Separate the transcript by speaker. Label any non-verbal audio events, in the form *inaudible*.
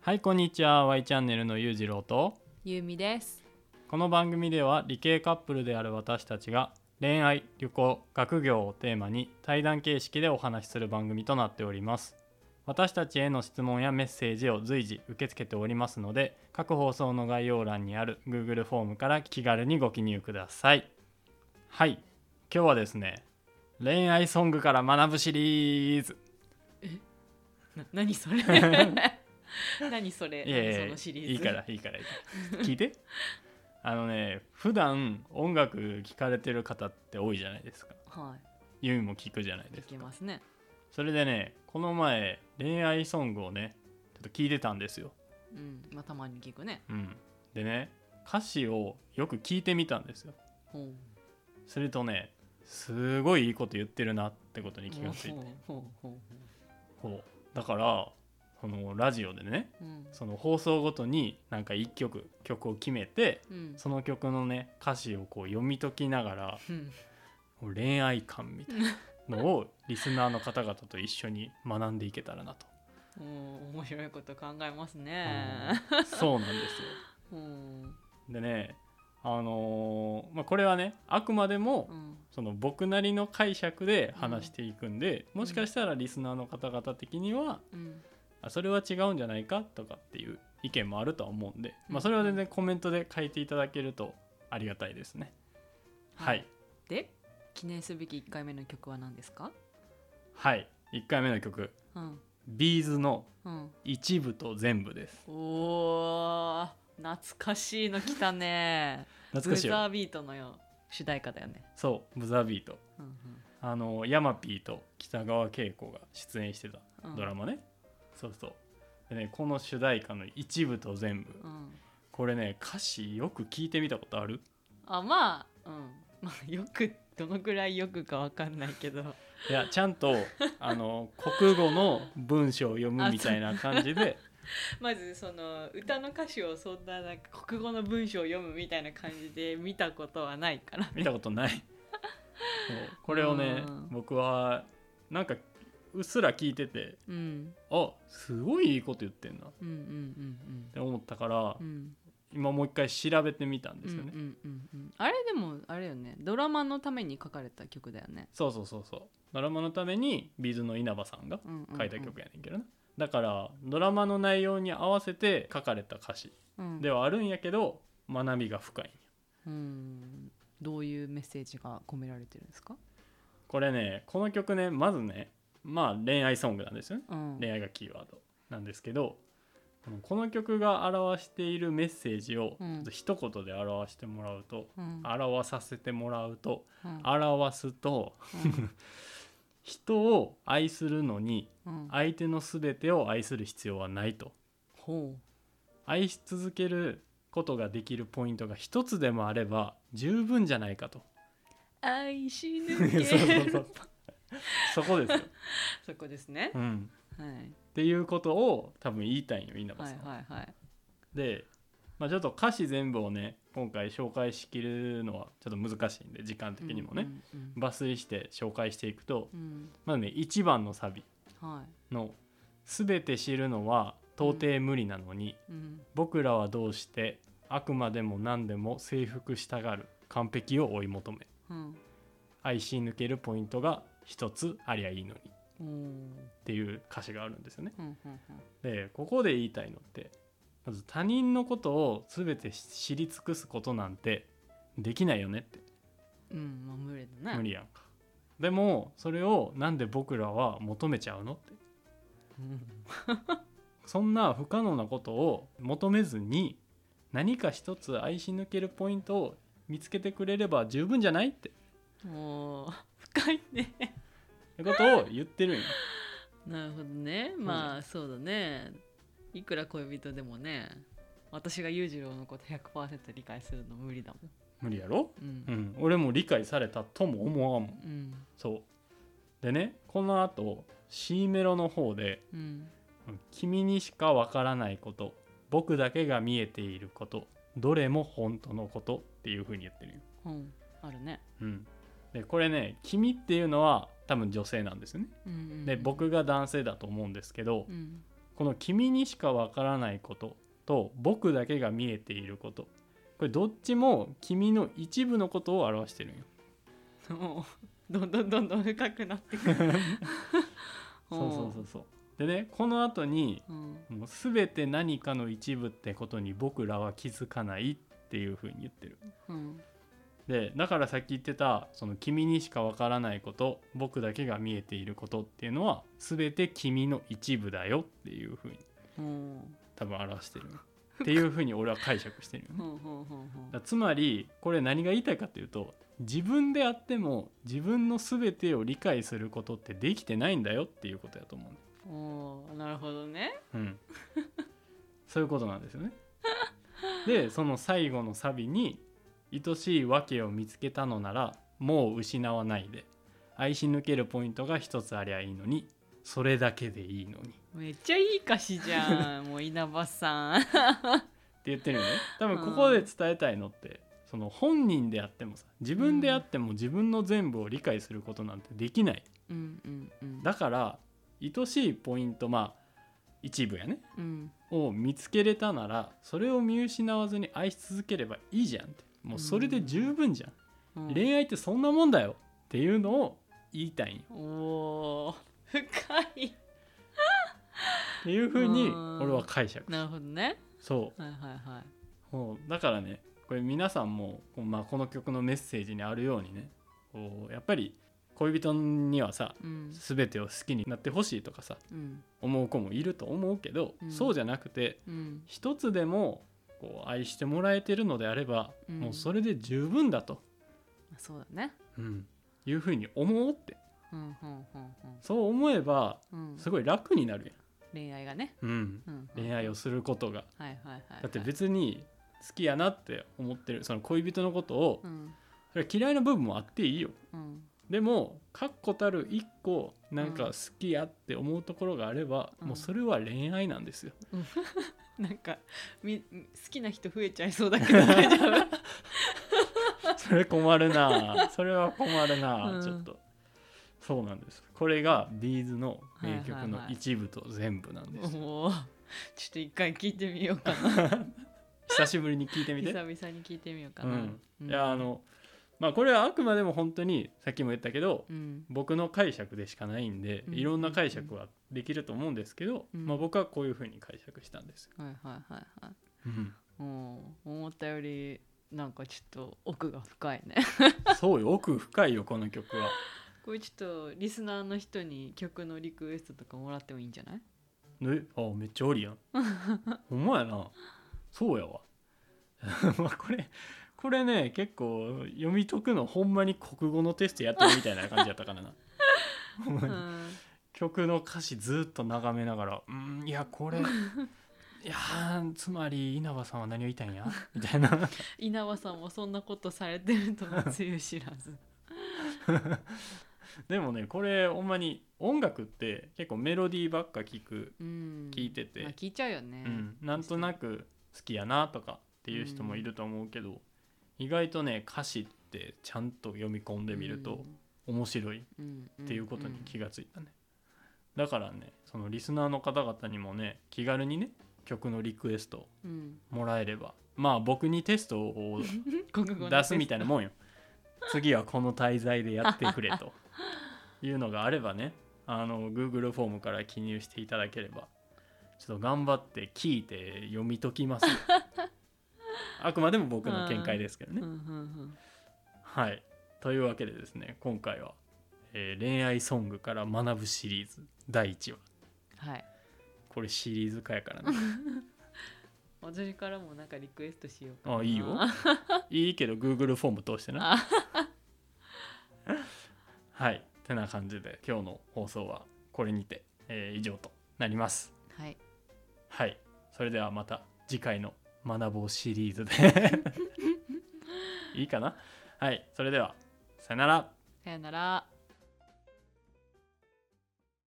Speaker 1: はいこんにちは Y チャンネルのゆうじろうと
Speaker 2: ゆうみです。
Speaker 1: この番組では理系カップルである私たちが恋愛旅行学業をテーマに対談形式でお話しする番組となっております私たちへの質問やメッセージを随時受け付けておりますので各放送の概要欄にある Google フォームから気軽にご記入くださいはい今日はですね恋愛ソングから学ぶシリーズ
Speaker 2: な、何それ。 *laughs* 何それ。
Speaker 1: いやいや
Speaker 2: *laughs* 何そのシリーズ。
Speaker 1: いいからいいからいいから聞い
Speaker 2: *laughs*
Speaker 1: てあのね普段音楽聞かれてる方って多いじゃないですか
Speaker 2: は
Speaker 1: ユミも聞くじゃない
Speaker 2: い。
Speaker 1: で
Speaker 2: い
Speaker 1: す
Speaker 2: け
Speaker 1: か
Speaker 2: ますね。
Speaker 1: それでねこの前恋愛ソングをねちょっと聞いてたんですよ、
Speaker 2: うん、まあ、たまに聞くね。
Speaker 1: うん、でね歌詞をよく聞いてみたんですよ
Speaker 2: ほ
Speaker 1: するとねすごいいいこと言ってるなってこと
Speaker 2: う。
Speaker 1: に気がついて
Speaker 2: ほうほうほ
Speaker 1: ほうだからそのラジオでね
Speaker 2: う。うん。
Speaker 1: その放送ごとになんか1曲曲を決めて
Speaker 2: うん。
Speaker 1: その曲のね歌詞をこう読み解きながら
Speaker 2: うん
Speaker 1: こう恋愛観みたいなのをリスナーの方々と一緒に学んでいけたらなと、
Speaker 2: おー面白いこと考えます
Speaker 1: うん
Speaker 2: ね。
Speaker 1: そうなんです
Speaker 2: うん。
Speaker 1: よでねあのーまあ、これはねあくまでも
Speaker 2: うん。
Speaker 1: その僕なりの解釈で話していくんで、
Speaker 2: ん
Speaker 1: もしかしたらリスナーの方々的には
Speaker 2: うん。
Speaker 1: あそれは違うんじゃないかとかっていう意見もあるとは思うんで、ま
Speaker 2: う
Speaker 1: あ、
Speaker 2: ん
Speaker 1: それは全然コメントで書いていただけるとありがたいですねはい。
Speaker 2: で。記念すべき一回目の曲は何ですか。
Speaker 1: はい1回目の曲
Speaker 2: うん。
Speaker 1: ビーズの
Speaker 2: うん。
Speaker 1: 一部と全部です
Speaker 2: おお。懐かしいの来たね。
Speaker 1: 懐かしい
Speaker 2: ブザ
Speaker 1: よ
Speaker 2: ービートのよ。主題歌だよね。
Speaker 1: そうブザービート
Speaker 2: うん
Speaker 1: あのヤマピーと北川景子が出演してた
Speaker 2: うん。うん
Speaker 1: ドラ。マね、そうそうでねこの主題歌の一部と全部
Speaker 2: うん。
Speaker 1: これね歌詞よく聞いてみたことある
Speaker 2: あまあうん *laughs* まあよくどのくらいよくかわかんないけど
Speaker 1: いやちゃんとあの国語の文章を読むみたいな感じ
Speaker 2: *laughs*
Speaker 1: で
Speaker 2: *laughs* まずその歌の歌詞をそんななんか国語の文章を読むみたいな感じで見たことはないから
Speaker 1: 見たことないそうこれをね
Speaker 2: うん
Speaker 1: 僕はなんかうっすら聞いてて
Speaker 2: うん
Speaker 1: あすごいいいこと言ってんなっ
Speaker 2: うんうん
Speaker 1: て思ったから
Speaker 2: うんうん *laughs* うん
Speaker 1: 今もう一回調べてみたんですよね、
Speaker 2: うんうんうんあれでもあれよねドラマのために書かれた曲だよね
Speaker 1: そうそうそうそうドラマのためにビーズの稲葉さんが
Speaker 2: うんうんうん
Speaker 1: 書いた曲やねんけどな、だからドラマの内容に合わせて書かれた歌詞
Speaker 2: うん
Speaker 1: ではあるんやけど学びが深い
Speaker 2: うんどういうメッセージが込められてるんですか
Speaker 1: これねこの曲ねまずねまあ恋愛ソングなんですよね
Speaker 2: うん
Speaker 1: 恋愛がキーワードなんですけどこの曲が表しているメッセージをち
Speaker 2: うん
Speaker 1: ょっと一言で表してもらうと、
Speaker 2: うん
Speaker 1: 表させてもらうと
Speaker 2: うん
Speaker 1: 表すと人を愛するのに
Speaker 2: うん *laughs* うん
Speaker 1: 相手の全てを愛する必要はないと
Speaker 2: ほ
Speaker 1: 愛し続けることができるポイントが一つでもあれば十分じゃないかと
Speaker 2: う愛し
Speaker 1: そう
Speaker 2: *laughs* 抜
Speaker 1: そう
Speaker 2: け
Speaker 1: そ
Speaker 2: る
Speaker 1: う *laughs* そこですよ、
Speaker 2: そこですね
Speaker 1: うん、
Speaker 2: はい
Speaker 1: っていうことを多分言いたいんよ稲葉
Speaker 2: は
Speaker 1: さ
Speaker 2: い
Speaker 1: んは、
Speaker 2: はいはい
Speaker 1: で、まあ、ちょっと歌詞全部をね今回紹介しきるのはちょっと難しいんで時間的にもね、
Speaker 2: うん
Speaker 1: 抜粋して紹介していくと
Speaker 2: うんうん
Speaker 1: まずね1番のサビ
Speaker 2: うんはい
Speaker 1: の「全て知るのは到底無理なのに、
Speaker 2: うん
Speaker 1: 僕らはどうしてあくまでも何でも征服したがる完璧を追い求め
Speaker 2: うん
Speaker 1: 愛し抜けるポイントが一つありゃいいのに」っ
Speaker 2: おー
Speaker 1: ていう歌詞があるんですよね。
Speaker 2: うんうん
Speaker 1: でここで言いたいのってまず他人のことを全て知り尽くすことなんてできないよねって
Speaker 2: うんうんまあ無理だね
Speaker 1: 無理やんか。でもそれをなんで僕らは求めちゃうのって
Speaker 2: うん
Speaker 1: そんな不可能なことを求めずに何か一つ愛し抜けるポイントを見つけてくれれば十分じゃないって
Speaker 2: おー深いね *laughs*
Speaker 1: ってことを言ってるんよ
Speaker 2: なるほどねまあそうだねいくら恋人でもね私が裕次郎のこと100%理解するの無理だも
Speaker 1: 無理やろ、
Speaker 2: んうん
Speaker 1: うん、俺も理解されたとも思わんもん
Speaker 2: うん
Speaker 1: そうでねこのあと C メロの方で
Speaker 2: うん
Speaker 1: 「君にしかわからないこと僕だけが見えていることどれも本当のこと」っていう風に言ってるよ、
Speaker 2: うんあるね
Speaker 1: うん、でこれね「君」っていうのは多分女性なんですよね
Speaker 2: うんうん
Speaker 1: で僕が男性だと思うんですけど、
Speaker 2: うん
Speaker 1: この「君にしかわからないこと」と「僕だけが見えていること」これどっちも君の一部のことを表してるんよ。
Speaker 2: もうどんどんどんどん深くなって
Speaker 1: *laughs*
Speaker 2: くる
Speaker 1: そうそうそうそうでねこの後に
Speaker 2: う、うん、
Speaker 1: もう全て何かの一部ってことに僕らは気づかないっていうふうに言ってる。
Speaker 2: うん、
Speaker 1: でだからさっき言ってたその君にしかわからないこと僕だけが見えていることっていうのは全て君の一部だよっていうふうに
Speaker 2: ほ
Speaker 1: 多分表してるっていうふうに俺は解釈してるよ
Speaker 2: う
Speaker 1: ね。
Speaker 2: ほうほうほうほう
Speaker 1: だつまりこれ何が言いたいかというと自分であっても自分の全てを理解することってできてないんだよっていうことやと思うね
Speaker 2: おーなるほどね
Speaker 1: うん、そういうことなんですよね。でその最後のサビに「愛しいわけを見つけたのならもう失わないで愛し抜けるポイントが一つありゃいいのにそれだけでいいのに」
Speaker 2: めっちゃいい歌詞じゃ
Speaker 1: *laughs*
Speaker 2: んもう稲葉さん
Speaker 1: って言ってるよね多分ここで伝えたいのって、その本人であってもさ自分であっても自分の全部を理解することなんてできない
Speaker 2: うんうんうん
Speaker 1: だから愛しいポイントまあ一部やね
Speaker 2: うん
Speaker 1: を見つけれたならそれを見失わずに愛し続ければいいじゃんってもうそれで十分じゃん、
Speaker 2: うん
Speaker 1: 恋愛ってそんなもんだよっていうのを言いたいんよ
Speaker 2: おー深い
Speaker 1: っていう風に
Speaker 2: うん
Speaker 1: 俺は解釈
Speaker 2: なるほどね
Speaker 1: そ
Speaker 2: はいはいはいう
Speaker 1: もうだからねこれ皆さんも、こうまあ、この曲のメッセージにあるようにねこうやっぱり恋人にはさ
Speaker 2: うん
Speaker 1: 全てを好きになってほしいとかさ
Speaker 2: うん
Speaker 1: 思う子もいると思うけど、
Speaker 2: うん
Speaker 1: そうじゃなくて
Speaker 2: うん
Speaker 1: 一つでもこう愛してもらえてるのであれば、
Speaker 2: うん
Speaker 1: もうそれで十分だと、
Speaker 2: そうだね
Speaker 1: いうふうに思おうって
Speaker 2: うんうんうん
Speaker 1: そう思えば
Speaker 2: うんうん
Speaker 1: すごい楽になる
Speaker 2: 恋愛がね、
Speaker 1: やん、
Speaker 2: うんうん、
Speaker 1: 恋愛をすることが
Speaker 2: はいはいはいはい
Speaker 1: だって別に好きやなって思ってるその恋人のことを
Speaker 2: うん
Speaker 1: それは嫌いな部分もあっていいよ
Speaker 2: うん
Speaker 1: でも確固たる一個なんか好きやって思うところがあれば、
Speaker 2: うん
Speaker 1: もうそれは恋愛なんですよ、
Speaker 2: なんかみ好きな人増えちゃいそうだけど大丈夫
Speaker 1: それ困るなそれは困るな、
Speaker 2: うん
Speaker 1: ちょっとそうなんですこれがビーズの名曲
Speaker 2: はいはい
Speaker 1: の
Speaker 2: はい
Speaker 1: 一部と全部なんです、 *laughs*
Speaker 2: おーちょっと一回聞いてみようかな
Speaker 1: 久しぶりに聞いてみ
Speaker 2: 久
Speaker 1: て
Speaker 2: 々に聞いてみようかな、
Speaker 1: うん
Speaker 2: うん
Speaker 1: いやあのまあこれはあくまでも本当にさっきも言ったけど、
Speaker 2: うん
Speaker 1: 僕の解釈でしかないんで、
Speaker 2: うん
Speaker 1: いろんな解釈はできると思うんですけど、
Speaker 2: うん
Speaker 1: まあ、僕はこういうふうに解釈したんですよ。
Speaker 2: はいはいはいはいうん思ったよりなんかちょっと奥が深いね
Speaker 1: *laughs* *laughs* そうよ奥深いよこの曲は。
Speaker 2: これちょっとリスナーの人に曲のリクエストとかもらってもいいんじゃない
Speaker 1: ね、あめっちゃありや
Speaker 2: *laughs*
Speaker 1: ん。ほんまやなそうやわ。 *laughs* まあこれこれね結構読み解くのほんまに国語のテストやってるみたいな感じやったからな。ほんまに
Speaker 2: うん
Speaker 1: 曲の歌詞ずっと眺めながら「うんいやこ
Speaker 2: *laughs*
Speaker 1: れいやーつまり稲葉さんは何を言いたいんや?」 *laughs* みたいな
Speaker 2: 稲葉さんもそんなことされてるとはつゆ知らず
Speaker 1: でもねこれほんまに音楽って結構メロディーばっか聞く、
Speaker 2: うん
Speaker 1: 聞いてて
Speaker 2: まあ、聞いちゃうよね、
Speaker 1: うん、なんとなく好きやなとかっていう人もいると思うけど、意外とね歌詞ってちゃんと読み込んでみると面白い
Speaker 2: うん、うんん
Speaker 1: っていうことに気がついたね、だからねそのリスナーの方々にもね気軽にね曲のリクエストを
Speaker 2: うん
Speaker 1: もらえればまあ僕にテスト
Speaker 2: *laughs*
Speaker 1: を
Speaker 2: 国語の
Speaker 1: 出すみ
Speaker 2: テ
Speaker 1: たいなもんよ次はこの滞在でやってくれ
Speaker 2: *laughs*
Speaker 1: というのがあればねあの Google フォームから記入していただければちょっと頑張って聞いて読み解きます
Speaker 2: *laughs*
Speaker 1: よあくまでも僕の見解ですけど
Speaker 2: ス
Speaker 1: ね
Speaker 2: ト、うんうん
Speaker 1: はいというわけでですね今回は、えー恋愛ソングから学ぶシリーズ第1話
Speaker 2: うん、はい
Speaker 1: これシリーズ化やからね
Speaker 2: 私からもなんかリクエストしようかな
Speaker 1: あいいよ *laughs* いいけど Google フォーム通してな
Speaker 2: あ
Speaker 1: *laughs* はいてな感じで今日の放送はこれにて、えー以上となります
Speaker 2: はい
Speaker 1: はいそれではまた次回の「学ぼう」シリー
Speaker 2: *laughs*
Speaker 1: ズでいいかなはいそれではさよなら
Speaker 2: さよなら